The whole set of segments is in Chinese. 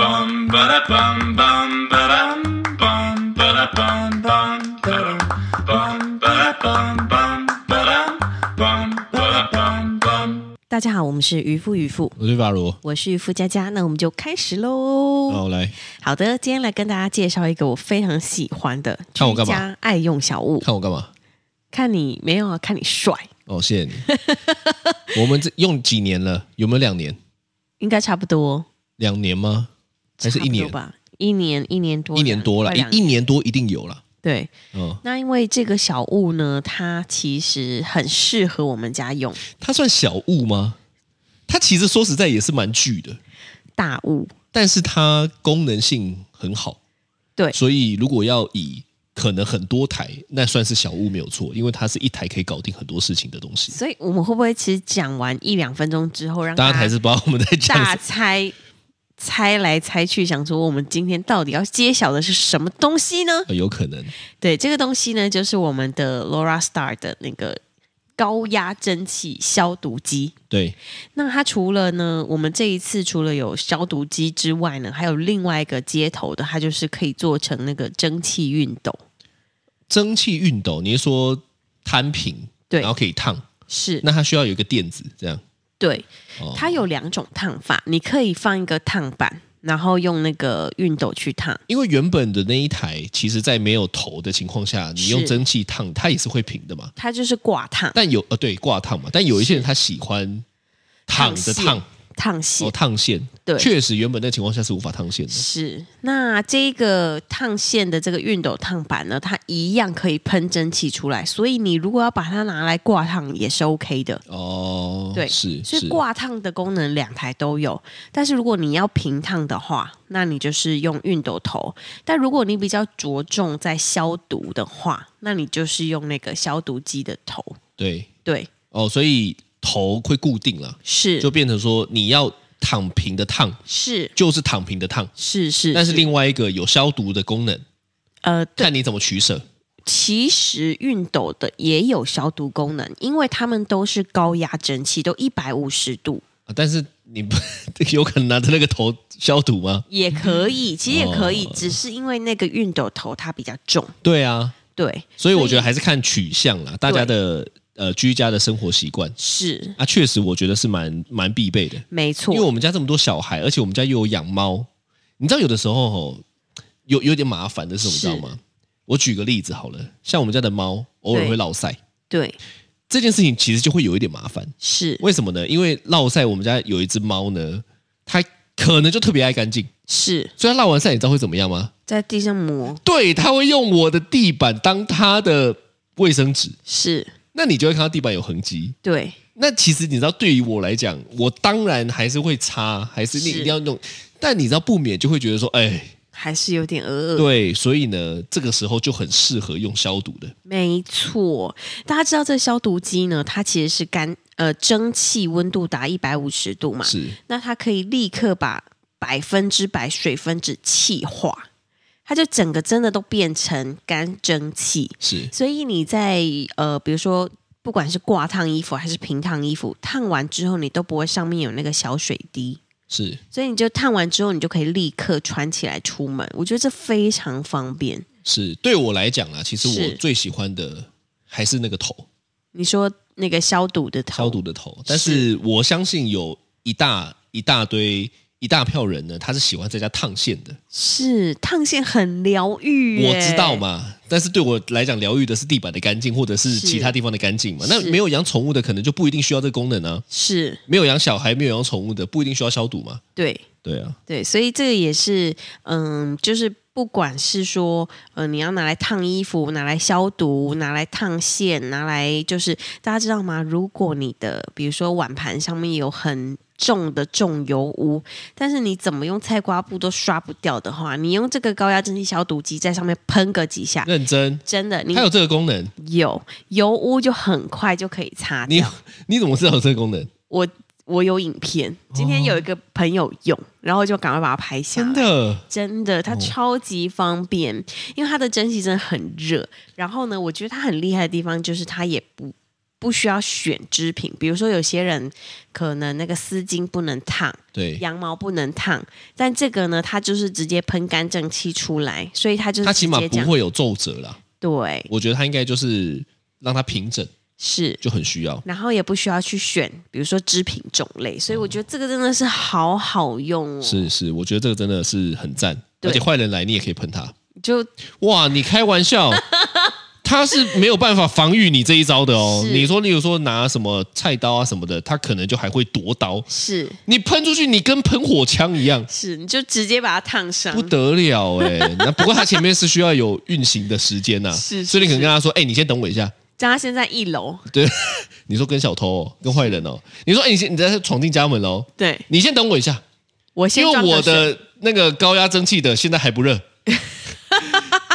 bum ba da bum bum ba dum bum ba da bum bum ba dum bum ba da bum bum ba dum bum ba da bum bum. 大家好，我们是渔夫渔妇，我是法如，我是渔夫佳佳，那我们就开始喽。好来好的，今天来跟大家介绍一个我非常喜欢的看我干嘛居家爱用小物。看我干嘛？看你没有啊？看你帅，哦，谢谢你。 我们这用几年了？有没有两年？应该差不多，两年吗？还是一差年不多？吧？一年，一年多了，一年多了，快一两一年多一定有了。对。嗯，那因为这个小物呢，它其实很适合我们家用它算小物吗？它其实说实在也是蛮巨的，大物，但是它功能性很好。对所以如果要以可能很多台，那算是小物没有错，因为它是一台可以搞定很多事情的东西。所以我们会不会其实讲完一两分钟之后，让大家还是不知道我们在讲什大么。猜猜来猜去，想说我们今天到底要揭晓的是什么东西呢？呃有可能，对，这个东西呢，就是我们的 Laura Star 的那个高压蒸汽消毒机。对，那它除了呢，我们这一次除了有消毒机之外呢，还有另外一个接头的，它就是可以做成那个蒸汽熨斗。蒸汽熨斗，你是说摊平，对然后可以烫，是，那它需要有一个垫子，这样。对，哦，它有两种烫法，你可以放一个烫板，然后用那个熨斗去烫。因为原本的那一台，其实在没有头的情况下，你是用蒸汽烫，它也是会平的嘛。它就是挂烫，但有呃，对，挂烫嘛。但有一些人他喜欢躺着烫线烫，烫线、哦，烫线。对确实原本那情况下是无法烫线的。是，那这个烫线的这个熨斗烫板呢，它一样可以喷蒸汽出来，所以你如果要把它拿来挂烫也是 OK 的。哦，对，是所以是。挂烫的功能两台都有，但是如果你要平烫的话，那你就是用熨斗头；但如果你比较着重在消毒的话，那你就是用那个消毒机的头。对，对，哦，所以头会固定了，是就变成说你要躺平的烫，是就是躺平的烫。是是，但是另外一个有消毒的功能，呃，对，看你怎么取舍。其实熨斗的也有消毒功能，因为它们都是高压蒸汽，都一百五十度，啊但是你不 有可能拿着那个头消毒吗？也可以，其实也可以，哦只是因为那个熨斗头它比较重，对啊，对，所以我觉得还是看取向啦，大家的呃居家的生活习惯是啊，确实我觉得是蛮蛮必备的，没因为错，我们家这么多小孩，而且我们家又有养猫，你知道有的时候吼有有点麻烦的是什么，你知道吗？我举个例子好了，像我们家的猫偶尔对会落晒，对，这件事情其实就会有一点麻烦，是为什么呢？因为落晒我们家有一只猫呢，它可能就特别爱干净，是所以它落完晒你知道会怎么样吗？在地上磨，对，它会用我的地板当它的卫生纸。是那你就会看到地板有痕迹。对，那其实你知道，对于我来讲，我当然还是会擦，还是你一是定要弄。但你知道，不免就会觉得说，哎，还是有点呃呃，对，所以呢，这个时候就很适合用消毒的。没错。大家知道这消毒机呢，它其实是干呃蒸汽温度达一百五十度嘛，是，那它可以立刻把百分之百水分子气化，它就整个真的都变成干蒸汽。是，所以你在呃，比如说不管是挂烫衣服还是平烫衣服，烫完之后你都不会上面有那个小水滴，是。所以你就烫完之后你就可以立刻穿起来出门。我觉得这非常方便。是对我来讲啊，其实是我最喜欢的还是那个头你说那个消毒的头，消毒的头，但是我相信有一大一大堆一大票人呢，他是喜欢在家烫线的。是烫线很疗愈，我知道？嘛，但是对我来讲，疗愈的是地板的干净，或者是是其他地方的干净嘛。是那没有养宠物的，可能就不一定需要这个功能啊。是，没有养小孩、没有养宠物的，不一定需要消毒嘛。对。对啊，对，所以这个也是，嗯，就是不管是说，呃，你要拿来烫衣服，拿来消毒，拿来烫线，拿来就是大家知道吗？如果你的比如说碗盘上面有很重的重油污，但是你怎么用菜瓜布都刷不掉的话，你用这个高压蒸汽消毒机在上面喷个几下，认真，真的你啊它有这个功能。有油污就很快就可以擦你掉。 你怎么知道有这个功能？我我有影片，今天有一个朋友用，然后就赶快把它拍下来。哦真的，真的，哦它超级方便，因为它的蒸汽真的很热。然后呢，我觉得它很厉害的地方就是它也不不需要选织品，比如说有些人可能那个丝巾不能烫，对，羊毛不能烫，但这个呢，它就是直接喷干蒸汽出来，所以它就是它起码直接不讲会有皱褶啦。对我觉得它应该就是让它平整，是，就很需要。然后也不需要去选，比如说织品种类，所以我觉得这个真的是好好用哦，哦是是，我觉得这个真的是很赞，对而且坏人来你也可以喷他。就哇，你开 玩笑，他是没有办法防御你这一招的哦。是你说，例如说拿什么菜刀啊什么的，他可能就还会夺刀。是你喷出去，你跟喷火枪一样，是，你就直接把它烫伤不，得了哎、 那不过他前面是需要有运行的时间呐、啊是是所以你可能跟他说：“哎、你先等我一下。加现在一楼，”你说跟小偷、哦、跟坏人哦，你说：“哎、你先你在闯进家门喽，对你先等我一下。”我先因为装我个水的那个高压蒸汽的现在还不热，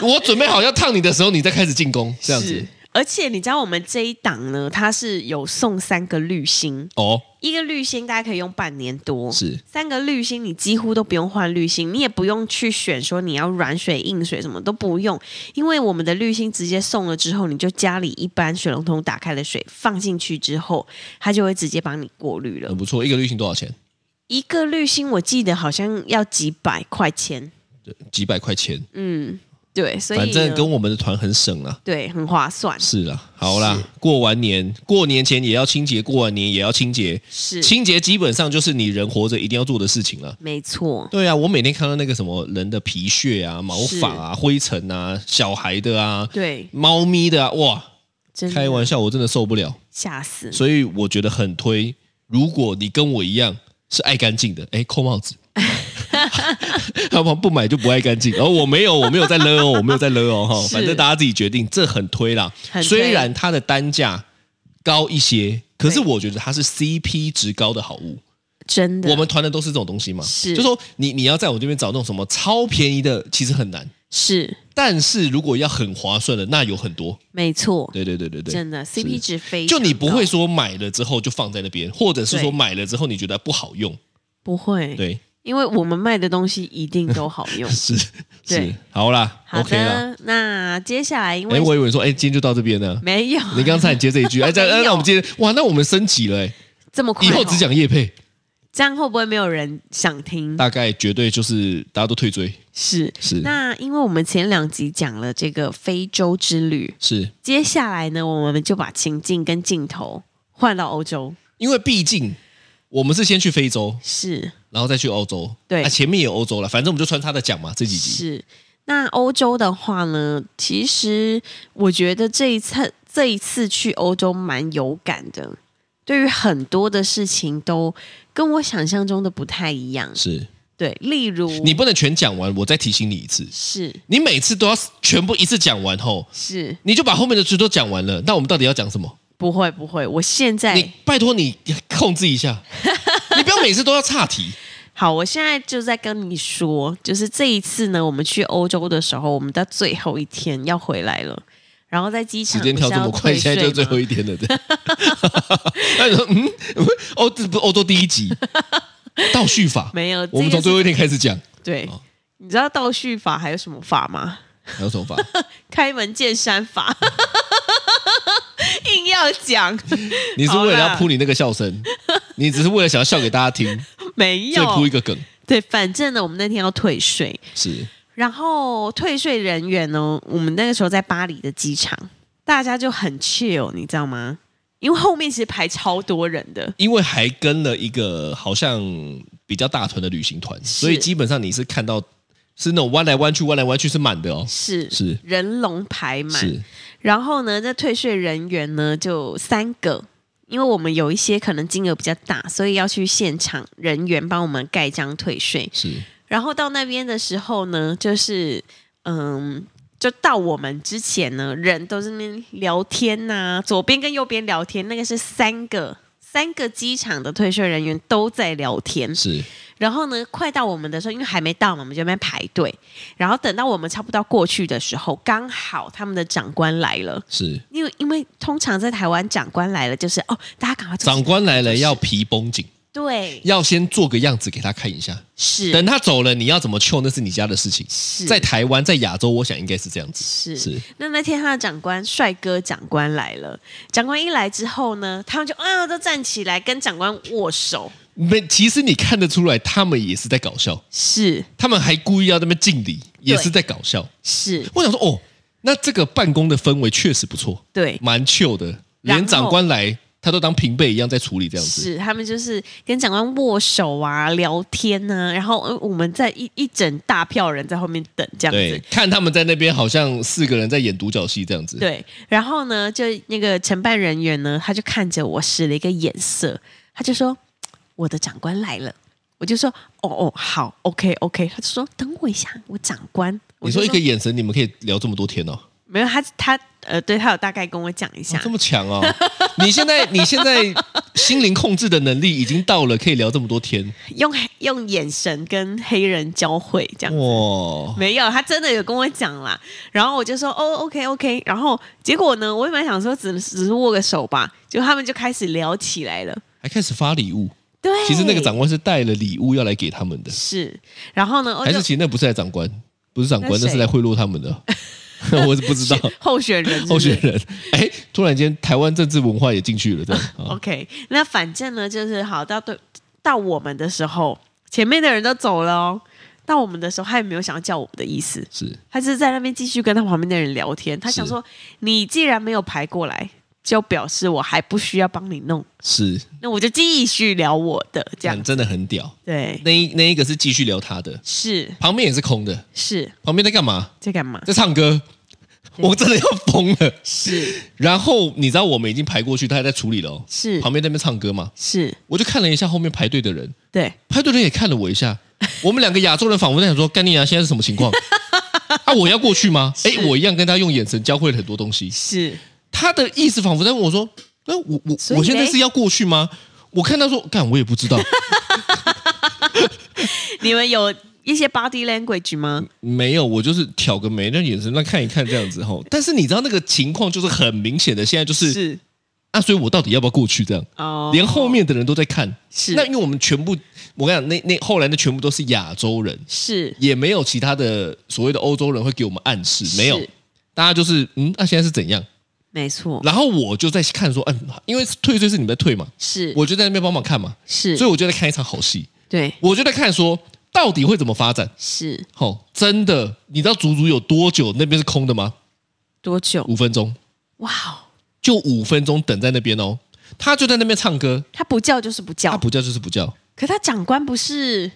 我准备好要烫你的时候，你再开始进攻，这样子是。而且你知道我们这一档呢，它是有送三个滤芯，哦，一个滤芯大家可以用半年多，是三个滤芯你几乎都不用换滤芯，你也不用去选说你要软水、硬水什么都不用，因为我们的滤芯直接送了之后，你就家里一般水龙头打开的水放进去之后，它就会直接帮你过滤了很。不错。一个滤芯多少钱？一个滤芯我记得好像要几百块钱，几百块钱，嗯，对，所以反正呢跟我们的团很省啦。对很划算，是啦，好啦，过完年，过年前也要清洁，过完年也要清洁。是清洁基本上就是你人活着一定要做的事情了。没错，对啊，我每天看到那个什么人的皮屑啊、毛发啊、灰尘啊、小孩的啊、对，猫咪的啊，哇，真的开玩笑，我真的受不了。吓死，所以我觉得很推。如果你跟我一样是爱干净的，哎，扣帽 子，好不好？不买就不爱干净。然、哦后我没有，我没有在勒哦，我没有在勒哦， 哈，是反正大家自己决定，这很推啦。很推虽然它的单价高一些，可是对我觉得它是 CP 值高的好物。真的，我们团的都是这种东西嘛，是就说你你要在我这边找那种什么超便宜的，其实很难。是但是如果要很划算的，那有很多。没错，对对对对对，真的 CP 值非常就你不会高说买了之后就放在那边，或者是对说买了之后你觉得不好用，不会，对，。因为我们卖的东西一定都好用 是对是，好啦好，OK 啦。的，那接下来因为哎，我以为说，哎，今天就到这边了。没有你刚才你接这一句，哎，这样， 没有哎那我们今天，哇，那我们升级了，哎，这么快以哦，后只讲叶配，这样会不会没有人想听？大概绝对就是大家都退追，是是那因为我们前两集讲了这个非洲之旅，是接下来呢，我们就把情境跟镜头换到欧洲，因为毕竟我们是先去非洲，是然后再去欧洲，对啊，前面有欧洲了，反正我们就穿插的讲嘛，这几集是。那欧洲的话呢，其实我觉得这一次这一次去欧洲蛮有感的，对于很多的事情都跟我想象中的不太一样。是，对，例如你不能全讲完，我再提醒你一次，是你每次都要全部一次讲完后，是你就把后面的剧都讲完了，那我们到底要讲什么？不会不会，我现在你拜托你控制一 下，你不要每次都要岔题。好，我现在就在跟你说，就是这一次呢，我们去欧洲的时候，我们到最后一天要回来了，然后在机场时间跳这么快，不是要现在就退税最吗后一天了。对那你说，嗯， 欧这不是欧洲第一 集倒叙法？没有我们这个是从最后一天开始讲，对哦。你知道倒叙法还有什么法吗？还有什么法？开门见山法， 硬要 讲，你是为了好要啦铺你那个笑声，你只是为了想要笑给大家听，没所以铺 有。一个梗。对，反正呢，我们那天要退税，是然后退税人员呢，我们那个时候在巴黎的机场，大家就很 chill，你知道吗？因为后面其实排超多人的，因为还跟了一个好像比较大团的旅行团，所以基本上你是看到是那种弯来弯去、弯来弯去是满的哦。是是人龙排满。是然后呢，这退税人员呢就三个，因为我们有一些可能金额比较大，所以要去现场人员帮我们盖章退税。是，然后到那边的时候呢，就是嗯，就到我们之前呢，人都是那边聊天呐、左边跟右边聊天，那个是三个。三个机场的退税人员都在聊天，是然后呢，快到我们的时候，因为还没到嘛，我们就在那边排队。然后等到我们差不多过去的时候，刚好他们的长官来了，是，因为因为通常在台湾长官来了就是哦，大家赶快坐长官来了要皮绷紧，对，要先做个样子给他看一下。是等他走了，你要怎么求那是你家的事情。是在台湾，在亚洲，我想应该是这样子。是是那那天他的长官帅哥长官来了，长官一来之后呢，他们就啊都站起来跟长官握手，没，其实你看得出来，他们也是在搞笑，是他们还故意要那边敬礼，也是在搞笑。是，我想说，哦，那这个办公的氛围确实不错，对，蛮 chill 的，然后连长官来，他都当平辈一样在处理这样子。是他们就是跟长官握手啊、聊天呐、然后呃我们在一一整大票人在后面等这样对子。，看他们在那边好像四个人在演独角戏这样子。对，然后呢，就那个承办人员呢，他就看着我使了一个眼色，他就说：“我的长官来了。”我就说：“哦哦，好，OK OK。”他就说：“等我一下，我长官。”我你就说一个眼神，你们可以聊这么多天哦，哦没有，他他呃，对他有大概跟我讲一下，这么强哦！ 你现在你现在心灵控制的能力已经到了，可以聊这么多天用用眼神跟黑人交汇这样。哦哇！没有，他真的有跟我讲啦，然后我就说哦，OK OK，然后结果呢，我原本想说只只是握个手吧，就他们就开始聊起来了。还开始发礼物，对，其实那个长官是带了礼物要来给他们的，是，然后呢，我哦还是就其实那不是来长官，不是长官，哎那谁那是来贿赂他 们的。我是不知道候选人是不是候选人，哎，突然间台湾政治文化也进去了，这样 啊 OK，那反正呢，就是好到对到我们的时候，前面的人都走了哦。到我们的时候，他也没有想要叫我们的意思，是他就是在那边继续跟他旁边的人聊天。他想是说，你既然没有排过来，就表示我还不需要帮你弄，是，那我就继续聊我的这样嗯。真的很屌。对，那一那一个是继续聊他的，是旁边也是空的，是旁边在干嘛？在干嘛？在唱歌，嗯我真的要疯了。 是然后你知道我们已经排过去，他还在处理了、哦，是旁边在那边唱歌嘛，是，我就看了一下后面排队的人，对，排队的人也看了我一下，我们两个亚洲人仿佛在想说，干你娘，现在是什么情况？ 啊，我要过去吗？哎，我一样跟他用眼神交汇了很多东西。是他的意思仿佛在问我说：“那我我所以我现在嘞是要过去吗？”我看他说：“干，我也不知道， 你们有一些 body language 吗？没有，我就是挑个眉，那眼神那看一看这样子吼。但是你知道那个情况就是很明显的，现在就是是啊，所以我到底要不要过去这样？哦，连后面的人都在看。是那因为我们全部，我跟你讲，那那后来那全部都是亚洲人，是也没有其他的所谓的欧洲人会给我们暗示，是没有。大家就是嗯，那、现在是怎样？没错，然后我就在看说，嗯，因为退税是你们在退嘛，是我就在那边帮忙看嘛，是所以我就在看一场好戏，对我就在看说到底会怎么发展。是吼、真的，你知道足足有多久那边是空的吗？多久？五分钟，哇哦，就五分钟等在那边哦。他就在那边唱歌，他不叫就是不他叫，不叫就是不叫。可他长官不是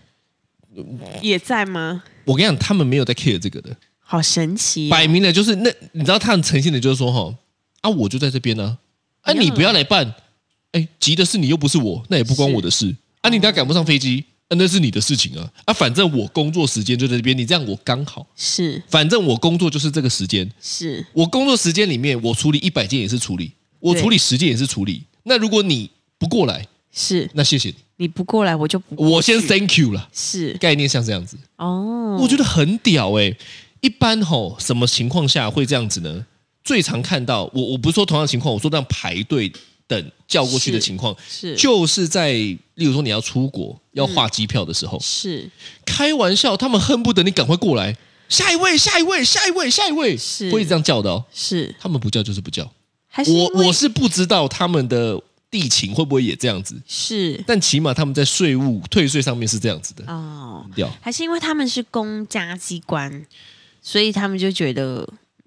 也在吗？我跟你讲，他们没有在 care 这个的，好神奇哦，摆明了就是那，你知道他很诚信的，就是说哈，啊，我就在这边呢、啊，哎呀你不要来办，哎，急的是你又不是我，那也不关是我的事，啊，你等下赶不上飞机，啊那是你的事情啊，啊，反正我工作时间就在这边，你这样我刚好，是反正我工作就是这个时间，是我工作时间里面我处理一百件也是处理，我对处理十件也是处理，那如果你不过来，是，那谢谢你，你不过来我就不我先 thank you 啦，是概念像这样子，哦，我觉得很屌哎、一般吼、什么情况下会这样子呢？最常看到我我不是说同样的情况，我说这样排队等叫过去的情况，是就是在例如说你要出国要画机票的时候，是开玩笑，他们恨不得你赶快过来，下一位，下一位，下一位，下一位，是会这样叫的哦。是，他们不叫就是不叫，还是因我为我是不知道他们的地勤会不会也这样子，是但起码他们在税务退税上面是这样子的，哦，很屌。还是因为他们是公家机关，所以他们就觉得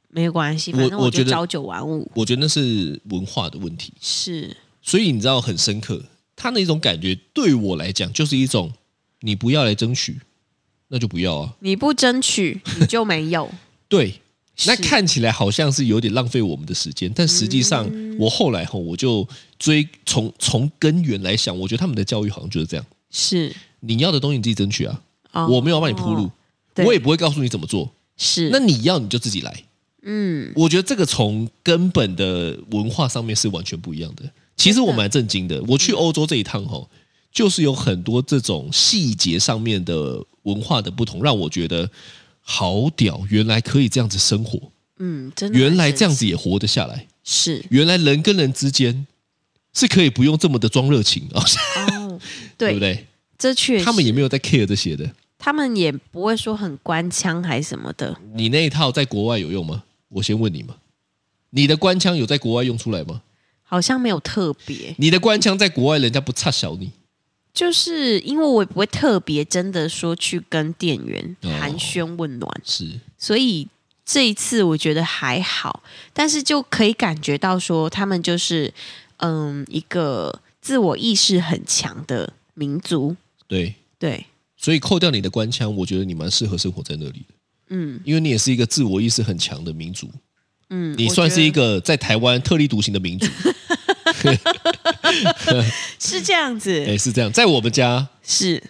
没有关系，我反正我就觉得朝九晚五。我觉得那是文化的问题。是所以你知道很深刻，他那种感觉对我来讲就是一种，你不要来争取，那就不要啊。你不争取，你就没有。对，那是看起来好像是有点浪费我们的时间，但实际上、嗯我后来吼，我就追从从根源来想，我觉得他们的教育好像 就是这样，是，你要的东西你自己争取啊，哦我没有帮你铺路，对我也不会告诉你怎么做，是那你要你就自己来。嗯，我觉得这个从根本的文化上面是完全不一样的。其实我蛮震惊的，我去欧洲这一趟吼、就是有很多这种细节上面的文化的不同，让我觉得好屌，原来可以这样子生活，嗯，真的原来很这样神子也活得下来，奇是 原来人跟人之间是可以不用这么的装热情啊。哦， 对对不对？这确实他们也没有在 care 这些的。他们也不会说很官腔还什么的，你那一套在国外有用吗？我先问你嘛，你的官腔有在国外用出来吗？好像没有特别，你的官腔在国外人家不差小你，就是因为我也不会特别真的说去跟店员哦寒暄问暖，是所以这一次我觉得还好，但是就可以感觉到说他们就是嗯一个自我意识很强的民族，对。对，所以扣掉你的官腔，我觉得你蛮适合生活在那里的，嗯因为你也是一个自我意识很强的民族，嗯，你我算觉是一得个在台湾特立独行的 民族。是这样子，哎，是这样，在我们家是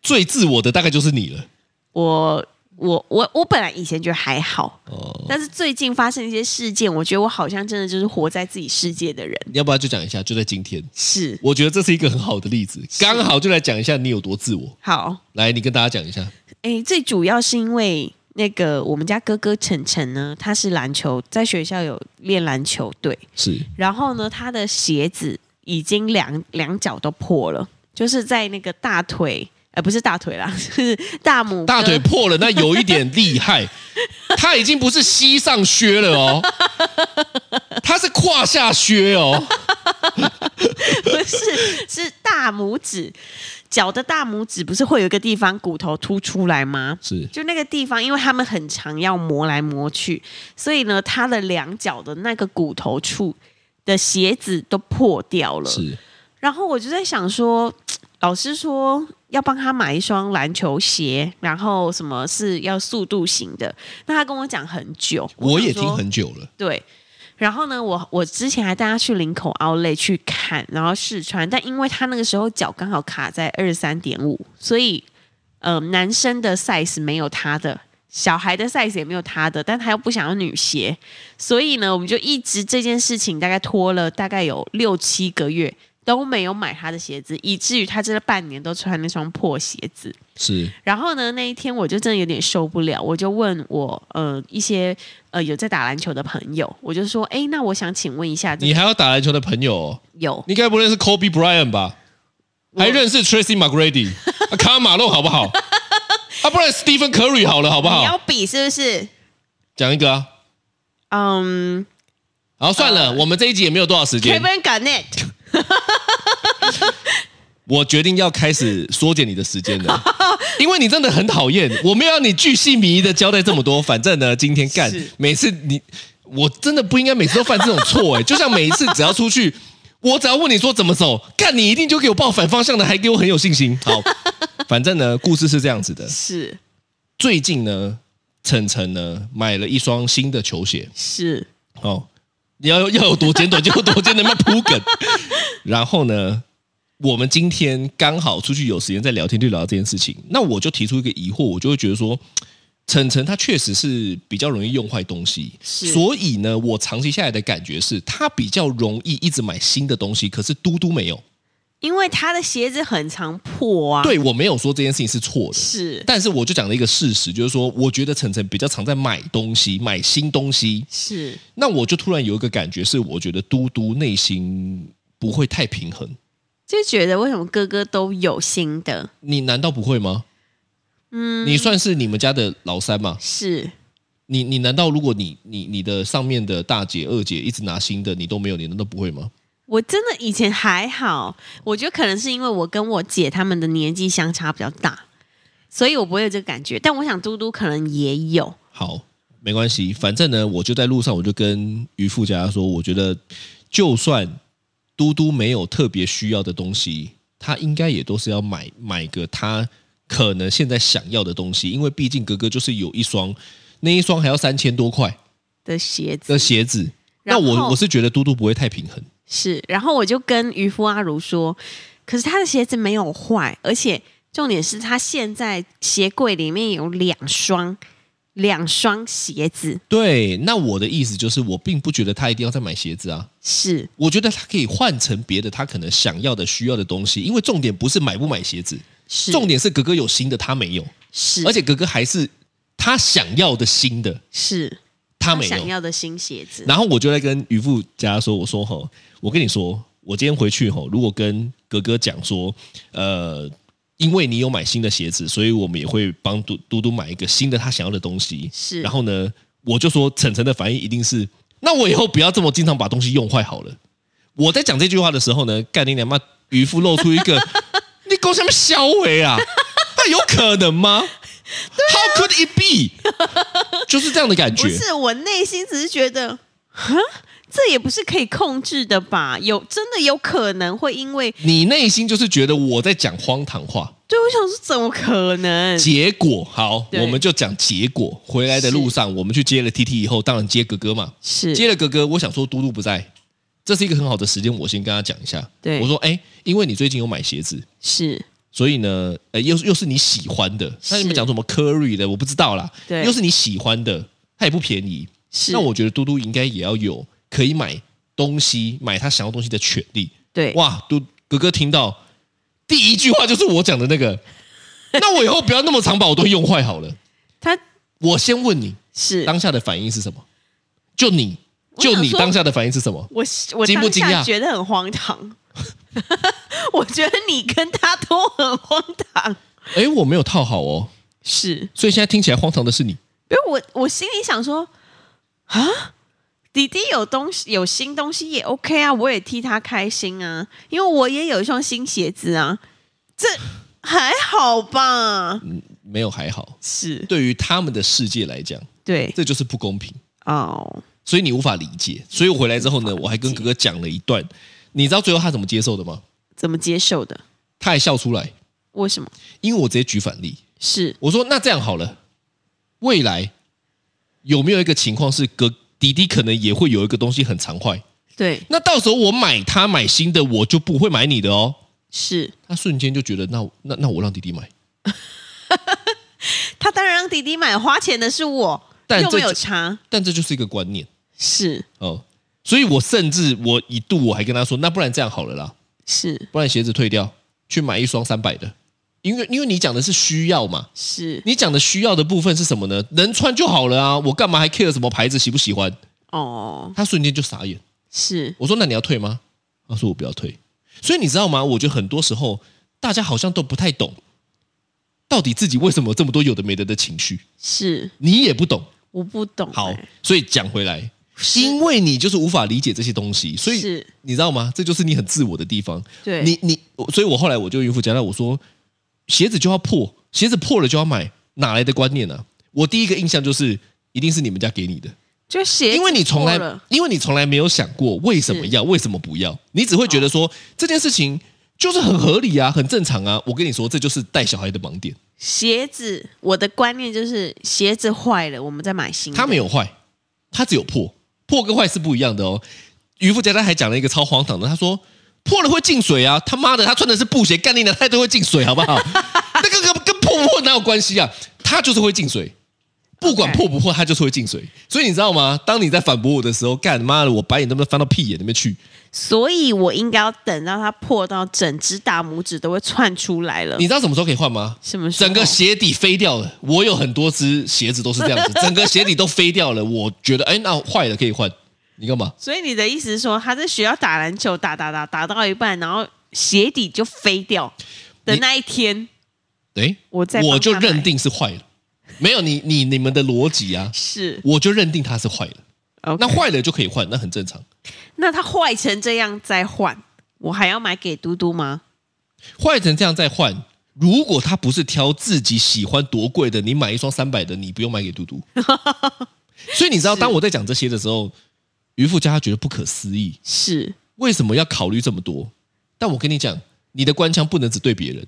最自我的大概就是你了。我我我我本来以前觉得还好，哦，但是最近发生一些事件，我觉得我好像真的就是活在自己世界的人。你要不要就讲一下？就在今天，是，我觉得这是一个很好的例子，刚好就来讲一下你有多自我。好，来，你跟大家讲一下。诶，最主要是因为那个我们家哥哥晨晨呢，他是篮球，在学校有练篮球队，是然后呢，他的鞋子已经两两脚都破了，就是在那个大腿，呃，不是大腿啦，是大拇哥大腿破了，那有一点厉 害，他已经不是膝上靴了哦，他是胯下靴哦。不是，是大拇指，脚的大拇指不是会有一个地方骨头凸出来吗？是就那个地方，因为他们很常要磨来磨去，所以呢，他的两脚的那个骨头处的鞋子都破掉了。是，然后我就在想说，老师说要帮他买一双篮球鞋，然后什么是要速度型的，那他跟我讲很久，我也想听说很久了。对。然后呢，我我之前还带他去林口 Outlet 去看，然后试穿，但因为他那个时候脚刚好卡在二十三点五，所以呃，男生的 size 没有他的，小孩的 size 也没有他的，但他又不想要女鞋，所以呢，我们就一直这件事情大概拖了大概有六七个月都没有买他的鞋子，以至于他这半年都穿那双破鞋子。是然后呢，那一天我就真的有点受不了，我就问我呃一些呃有在打篮球的朋友，我就说，哎，那我想请问一下，这你个还有打篮球的朋友、哦，有你该不认识 Kobe Bryant 吧？还认识 Tracy McGrady、啊、卡马龙好不好？啊，不然 Stephen Curry 好了，好不你要好？比是不是？讲一个啊。嗯好，算了，我们这一集也没有多少时间，呃，Kevin Garnett，我决定要开始缩减你的时间了， 因为你真的很讨厌，我没有让你巨细靡遗的交代这么多。反正呢，今天干是每次你，我真的不应该每次都犯这种错 哎、就像每一次只要出去，我只要问你说怎么走，干你一定就给我报反方向的，还给我很有信心。好，反正呢，故事是这样子的，是最近呢，晨晨呢买了一双新的球鞋，是哦，你要要有多简短就有多简短，那铺 梗。然后呢，我们今天刚好出去有时间在聊天，就聊到这件事情。那我就提出一个疑惑，我就会觉得说，晨晨他确实是比较容易用坏东西，是所以呢，我长期下来的感觉是他比较容易一直买新的东西，可是嘟嘟没有。因为他的鞋子很常破啊，对我没有说这件事情是错的，是但是我就讲了一个事实，就是说，我觉得晨晨比较常在买东西，买新东西。是那我就突然有一个感觉，是我觉得嘟嘟内心不会太平衡。就觉得为什么哥哥都有新的，你难道不会吗？嗯，你算是你们家的老三嘛？是你你难道如果你你你的上面的大姐二姐一直拿新的，你都没有，你难道不会吗？我真的以前还好，我觉得可能是因为我跟我姐她们的年纪相差比较大，所以我不会有这个感觉。但我想嘟嘟可能也有，好，没关系，反正呢，我就在路上，我就跟渔夫家说，我觉得就算嘟嘟没有特别需要的东西，他应该也都是要买买个他可能现在想要的东西，因为毕竟格格就是有一双，那一双还要三千多块的鞋子的鞋子。呃那然后我我是觉得嘟嘟不会太平衡，是。然后我就跟渔夫阿如说，可是他的鞋子没有坏，而且重点是他现在鞋柜里面有两双，两双鞋子对。那我的意思就是，我并不觉得他一定要再买鞋子啊。是我觉得他可以换成别的，他可能想要的、需要的东西。因为重点不是买不买鞋子，是重点是格格有新的，他没有。是，而且格格还是他想要的新的，是他他没想有。要的新鞋子然后我就在跟渔夫家说：“我说吼，我跟你说，我哦我今天回去吼，如果跟哥哥讲说，呃，因为你有买新的鞋子，所以我们也会帮嘟嘟嘟买一个新的他想要的东西。是然后呢，我就说晨晨的反应一定是，那我以后不要这么经常把东西用坏好了。我在讲这句话的时候呢，干你娘妈，渔夫露出一个你狗什么小尾啊？那有可能吗、h o w could it be？就是这样的感不觉。是我内心只是觉得，哈，这也不是可以控制的吧？有真的有可能会因为你内心就是觉得我在讲荒唐话，对我想说，怎么可能？结果好，嗯对我们就讲结果。回来的路上，我们去接了 T T 以后，当然接哥哥嘛，是接了哥哥，我想说嘟嘟不在，这是一个很好的时间，我先跟他讲一下。对我说，哎，因为你最近有买鞋子，是所以呢，呃，又是又是你喜欢的，那你们是讲什么 Curry 的，我不知道啦，对又是你喜欢的，它也不便宜，是，那我觉得嘟嘟应该也要有可以买东西、买他想要东西的权利。对哇，嘟哥哥听到第一句话就是我讲的那个，那我以后不要那么常把我东西用坏好了。他我先问你，是当下的反应是什么？就你，我想就你说当下的反应是什么？我我惊不当惊下讶觉得很荒唐。 我觉得你跟他都很荒唐，哎，我没有套好哦，是所以现在听起来荒唐的是你。因为我我心里想说，啊，弟弟有东西有新东西也 OK 啊，我也替他开心啊，因为我也有一双新鞋子啊，这还好吧？嗯，没有还好。是对于他们的世界来讲，对这就是不公平。哦，所以你无法理解。所以我回来之后呢，我还跟哥哥讲了一段，你知道最后他怎么接受的吗？怎么接受的？他还笑出来，为什么？因为我直接举反例，是我说那这样好了，未来有没有一个情况是哥弟弟可能也会有一个东西很常坏？对那到时候我买他买新的，我就不会买你的哦。是，他瞬间就觉得，那那那我让弟弟买，他当然让弟弟买，花钱的是我，但又这没有就差，但这就是一个观念是哦。所以我甚至我一度我还跟他说，那不然这样好了啦，是不然鞋子退掉，去买一双三百的，因为因为你讲的是需要嘛，是你讲的需要的部分是什么呢？能穿就好了啊，我干嘛还 care 什么牌子喜不喜欢？哦，他瞬间就傻眼。是我说那你要退吗？他说我不要退。所以你知道吗？我觉得很多时候大家好像都不太懂，到底自己为什么有这么多有的没的的情绪，是，你也不懂。我不懂、好欸，所以讲回来，是因为你就是无法理解这些东西，所以是你知道吗？这就是你很自我的地方。对你你，我所以我后来我就孕妇讲到我说，鞋子就要破，鞋子破了就要买，哪来的观念呢、啊？我第一个印象就是，一定是你们家给你的，就鞋子因为你从破来了，因为你从来没有想过为什么要，为什么不要，你只会觉得说、哦这件事情就是很合理啊，很正常啊。我跟你说，这就是带小孩的盲点，鞋子，我的观念就是鞋子坏了，我们再买新的。它没有坏，它只有破，破跟坏是不一样的哦。渔夫家他还讲了一个超荒唐的，他说破了会进水啊，他妈的，他穿的是布鞋，干你娘，他都会进水，好不 好？那个跟跟破不破哪有关系啊？他就是会进水，不管 OK 破不破，他就是会进水。所以你知道吗？当你在反驳我的时候，干妈的，我白眼能不能翻到屁眼那边去？所以我应该要等到它破到整只大拇指都会窜出来了你。知道什么时候可以换吗？什么时候整个鞋底飞掉了，我有很多只鞋子都是这 样子，整个鞋底都飞掉了。我觉得，哎，那坏了可以换，你干嘛？所以你的意思是说，他在学校打篮球，打打打打到一半，然后鞋底就飞掉的你那一天，哎，我再帮我就他买认定是坏了，没有你你你们的逻辑啊，是我就认定它是坏了。 OK。那坏了就可以换，那很正常。那它坏成这样再换，我还要买给嘟嘟吗？坏成这样再换，如果他不是挑自己喜欢多贵的，你买一双三百的，你不用买给 嘟嘟。所以你知道，当我在讲这些的时候，渔夫家他觉得不可思议。是为什么要考虑这么多？但我跟你讲，你的官腔不能只对别人，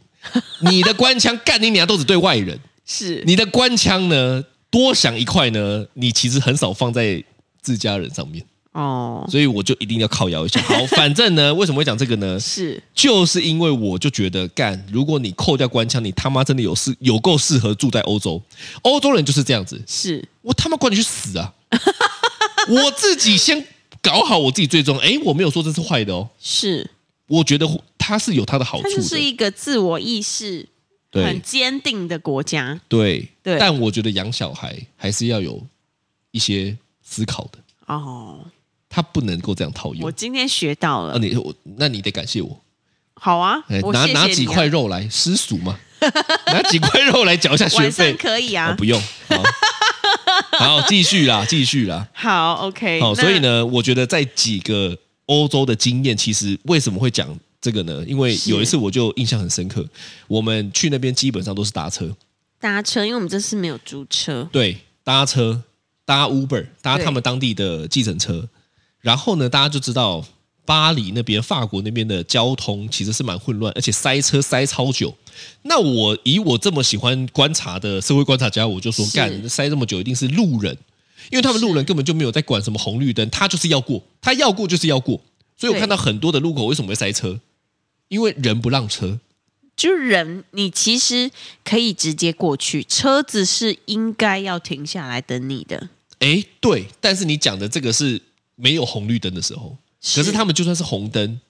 你的官腔干你娘都只对外人。是，你的官腔呢，多想一块呢，你其实很少放在自家人上面，哦，所以我就一定要靠摇一下。 好，反正呢，为什么会讲这个呢？是就是因为我就觉得，干，如果你扣掉官腔，你他妈真的有适有够适合住在欧洲，欧洲人就是这样子，是我他妈管你去死啊！我自己先搞好我自己最终，哎，我没有说这是坏的哦，是，我觉得它是有它的好它处就是的，一个自我意识很对坚定的国家。对对但我觉得养小孩还是要有一些思考的，哦，它不能够这样套我用。今天学到啊，了，你我那你得感谢我，好啊哎，我拿谢谢拿几你啊块肉来私塾嘛， 拿几块肉来缴一下学晚费上，可以哦啊，不用，好，好，继续啦，继续啦。好，OK，好，哎那所以，呢，我觉得在几个欧洲的经验，其实为什么会讲这个呢？因为是有一次我就印象很深刻，我们去那边基本上都是搭车，搭车，因为我们这次没有租车，对，搭车搭 Uber，搭对他们当地的计程车，然后呢，大家就知道巴黎那边、法国那边的交通其实是蛮混乱，而且塞车塞超久。那我以我这么喜欢观察的社会观察家，我就说，是干塞这么久一定是路人，因为他们路人根本就没有在管什么红绿灯，他就是要过，他要过就是要过。所以我对看到很多的路口为什么会塞车，因为人不让车。就是人，你其实可以直接过去，车子是应该要停下来等你的。哎，对，但是你讲的这个是没有红绿灯的时候，是可是他们就算是红灯，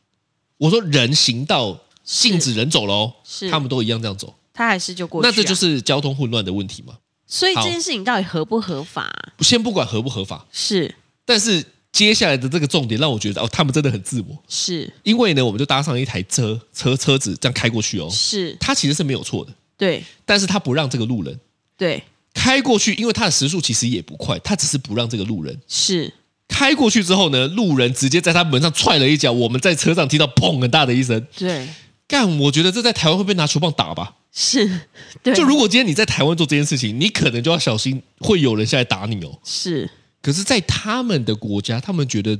我说人行道禁止人走喽，是他们都一样这样走，他还是就过去、啊，那这就，是交通混乱的问题嘛。所以好这件事情到底合不合法啊、先不管合不合法，是但是接下来的这个重点让我觉得哦，他们真的很自我，是因为呢，我们就搭上一台车车车子这样开过去哦，是，他其实是没有错的，对但是他不让这个路人对开过去，因为他的时速其实也不快，他只是不让这个路人。是，开过去之后呢，路人直接在他门上踹了一脚，我们在车上听到砰很大的一声。对干，我觉得这在台湾会被拿球棒打吧？是，对，就如果今天你在台湾做这件事情，你可能就要小心，会有人下来打你哦。是可是，在他们的国家，他们觉得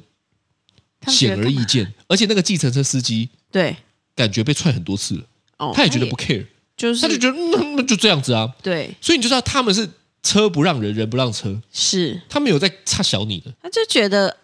他们觉得显而易见，而且那个计程车司机对感觉被踹很多次了，哦，他也觉得不 care，就是他就觉得嗯那、那就这样子啊。对所以你就知道他们是车不让人，人不让车，是，他们有在差小你的。他就觉得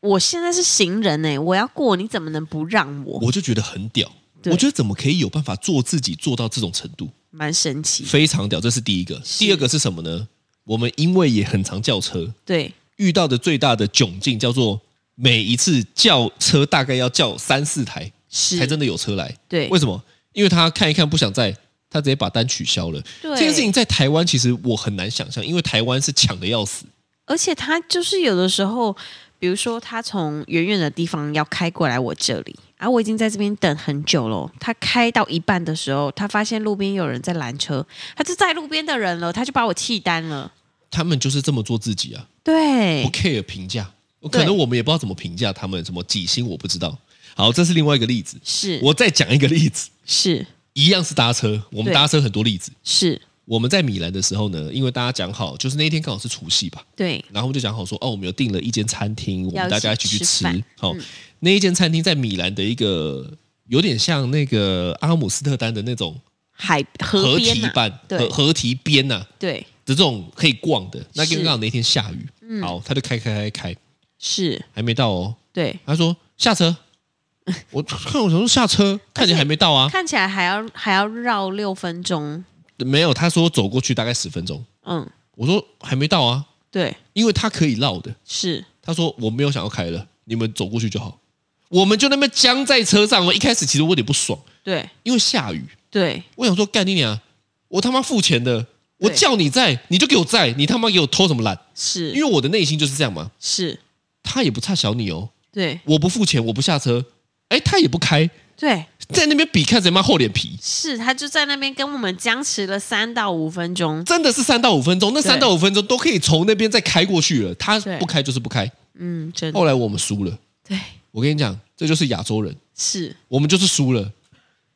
我现在是行人哎、我要过，你怎么能不让我？我就觉得很屌，对我觉得怎么可以有办法做自己做到这种程度？蛮神奇，非常屌，这是第一个。第二个是什么呢？我们因为也很常叫车，对遇到的最大的窘境叫做每一次叫车大概要叫三四台是，才真的有车来。对为什么？因为他看一看不想再，他直接把单取消了。对这件事情在台湾其实我很难想象，因为台湾是抢的要死。而且他就是有的时候，比如说他从远远的地方要开过来我这里，啊，我已经在这边等很久了。他开到一半的时候，他发现路边有人在拦车，他就在路边的人了，他就把我气单了。他们就是这么做自己啊，不对， care 评价。对可能我们也不知道怎么评价他们，什么几星我不知道。好，这是另外一个例子。是，我再讲一个例子，是一样是搭车，我们对搭车很多例子。是，我们在米兰的时候呢，因为大家讲好，就是那一天刚好是除夕吧，对然后我们就讲好说，哦，我们有订了一间餐厅，我要们一大家一起起去吃吃饭。嗯好、那一间餐厅在米兰的一个有点像那个阿姆斯特丹的那种海河合边体呐、版、对河河堤边呐、对的这种可以逛的。那是嗯刚好那天下雨，好，他就开开开开，是，还没到哦。对，他说下车，我看我想说下车，看起来还没到啊，看起来还要还要绕六分钟，没有。他说走过去大概十分钟，嗯，我说还没到啊，对，因为他可以绕的。是他说我没有想要开了，你们走过去就好。我们就那边僵在车上了。一开始其实我有点不爽，对因为下雨，对我想说干你娘，我他妈付钱的，我对叫你在你就给我在，你他妈给我偷什么懒？是，因为我的内心就是这样嘛。是他也不差小你哦，对我不付钱，我不下车，哎，他也不开，对。在那边比看谁妈厚脸皮，是他就在那边跟我们僵持了三到五分钟。真的是三到五分钟，那对三到五分钟都可以从那边再开过去了，他对不开就是不开。嗯，真的后来我们输了，对，我跟你讲，这就是亚洲人。是我们就是输了。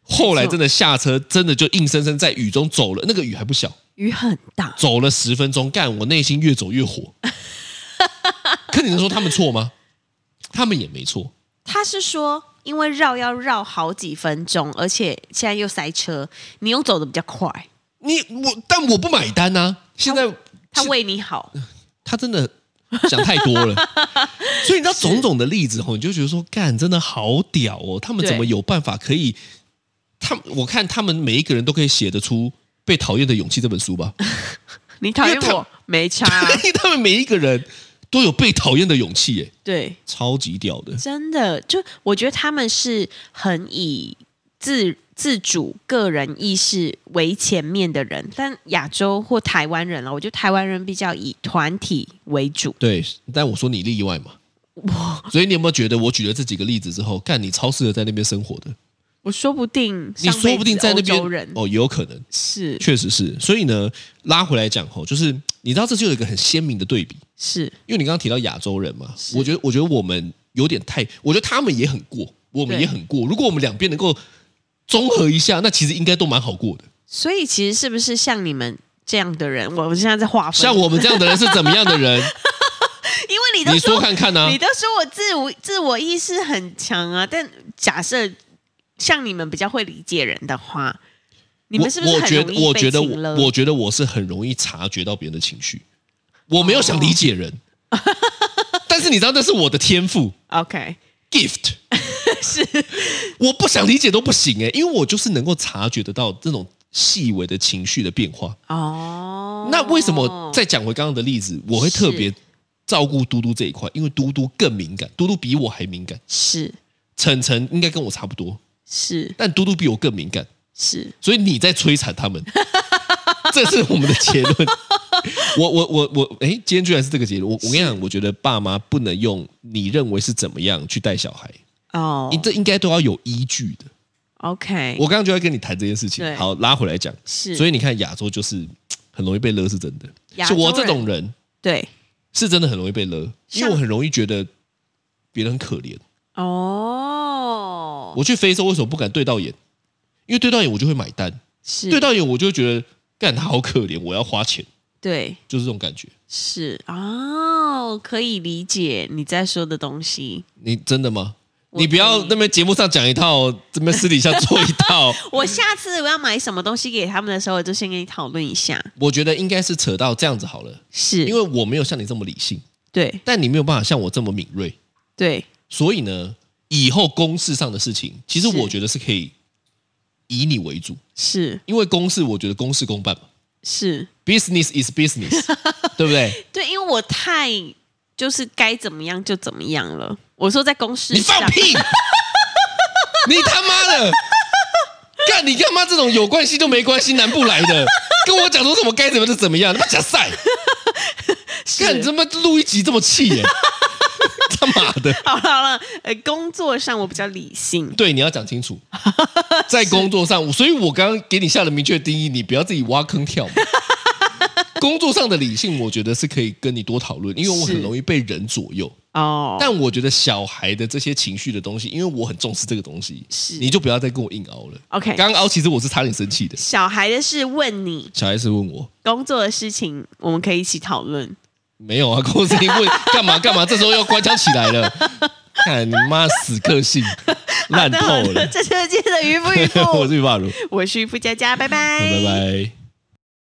后来真的下车，真的就硬生生在雨中走了，那个雨还不小，雨很大，走了十分钟，干我内心越走 越火。可你能说他们错吗？他们也没错，他是说因为绕要绕好几分钟，而且现在又塞车，你又走的比较快，你我但我不买单呐、现在他是为你好，他真的想太多 了，所以你知道种种的例子吼，你就觉得说，干真的好屌哦，他们对怎么有办法可以？他们我看他们每一个人都可以写得出《被讨厌的勇气》这本书吧？你讨厌因为他我没 差啊、因为他们每一个人都有被讨厌的勇气，耶， 对，超级屌的。真的就我觉得他们是很以自。自主个人意识为前面的人，但亚洲或台湾人啊，我觉得台湾人比较以团体为主。对，但我说你例外嘛，所以你有没有觉得，我举了这几个例子之后，干你超适合在那边生活的？我说不定你上辈子说不定在那边欧洲人哦，也有可能，是确实是。所以呢，拉回来讲吼，就是你知道这就有一个很鲜明的对比，是因为你刚刚提到亚洲人嘛，我觉得我觉得我们有点太，我觉得他们也很过，我们对也很过。如果我们两边能够综合一下，那其实应该都蛮好过的。所以其实是不是像你们这样的人，我我现在在划分，像，我们这样的人是怎么样的人？因为 你都你说看看啊呢、你都说我自我自我意识很强啊，但假设像你们比较会理解人的话，你们是不是我我很觉容得易我被觉得情勒我我觉得我是很容易察觉到别人的情绪，我没有想理解人，哦 但是你知道那是我的天赋 OK gift， 是我不想理解都不行哎、因为我就是能够察觉得到这种细微的情绪的变化。哦？那为什么再讲回刚刚的例子，我会特别是照顾嘟嘟这一块？因为嘟嘟更敏感，嘟嘟比我还敏感，是晨晨应该跟我差不多，是但嘟嘟比我更敏感。是所以你在摧残他们， 这是我们的结论。我我我我，哎，今天居然是这个结论。我我跟你讲，我觉得爸妈不能用你认为是怎么样去带小孩，哦你这应该都要有依据的。 ？OK，我刚刚就在跟你谈这件事情对。好，拉回来讲，是所以你看亚洲就是嘖很容易被勒，是真的。亚洲就人啊我这种人对是真的很容易被勒，因像为我很容易觉得别人很可怜。哦，我去非洲为什么不敢对到眼？因为对到眼我就会买单，是对到眼我就会觉得干他好可怜，我要花钱，对就是这种感觉。是哦，可以理解你在说的东西。你真的吗？我你不要可以那边节目上讲一套， 这边私底下做一套。我下次我要买什么东西给他们的时候，我就先跟你讨论一下。我觉得应该是扯到这样子好了，是因为我没有像你这么理性，对但你没有办法像我这么敏锐，对所以呢，以后公事上的事情，其实是我觉得是可以以你为主，是因为公事我觉得公事公办嘛是， ，business is business，对不对？对，因为我太就是该怎么样就怎么样了。我说在公事你上放，屁！你他妈的！干你干嘛这种有关系都没关系，南部来的，跟我讲说什么该怎么就怎么样，他妈假赛！是干你他妈录一集这么气耶、 他妈的！ 好了好了，呃，工作上我比较理性，对，你要讲清楚，在工作上，所以我刚刚给你下了明确定义，你不要自己挖坑跳 嘛。工作上的理性，我觉得是可以跟你多讨论，因为我很是容易被人左右。哦，但我觉得小孩的这些情绪的东西，因为我很重视这个东西，是你就不要再跟我硬熬了。 OK 刚刚熬其实我是差点生气的。小孩的事问你，小孩是问我工作的事情我们可以一起讨论。没有啊，公司因 为干嘛干嘛，这时候要关枪起来了，看你妈死个性，烂透好的好的了。 这就是今天的渔夫渔我夫，是玉霸如，我是渔夫佳佳，拜拜，拜拜。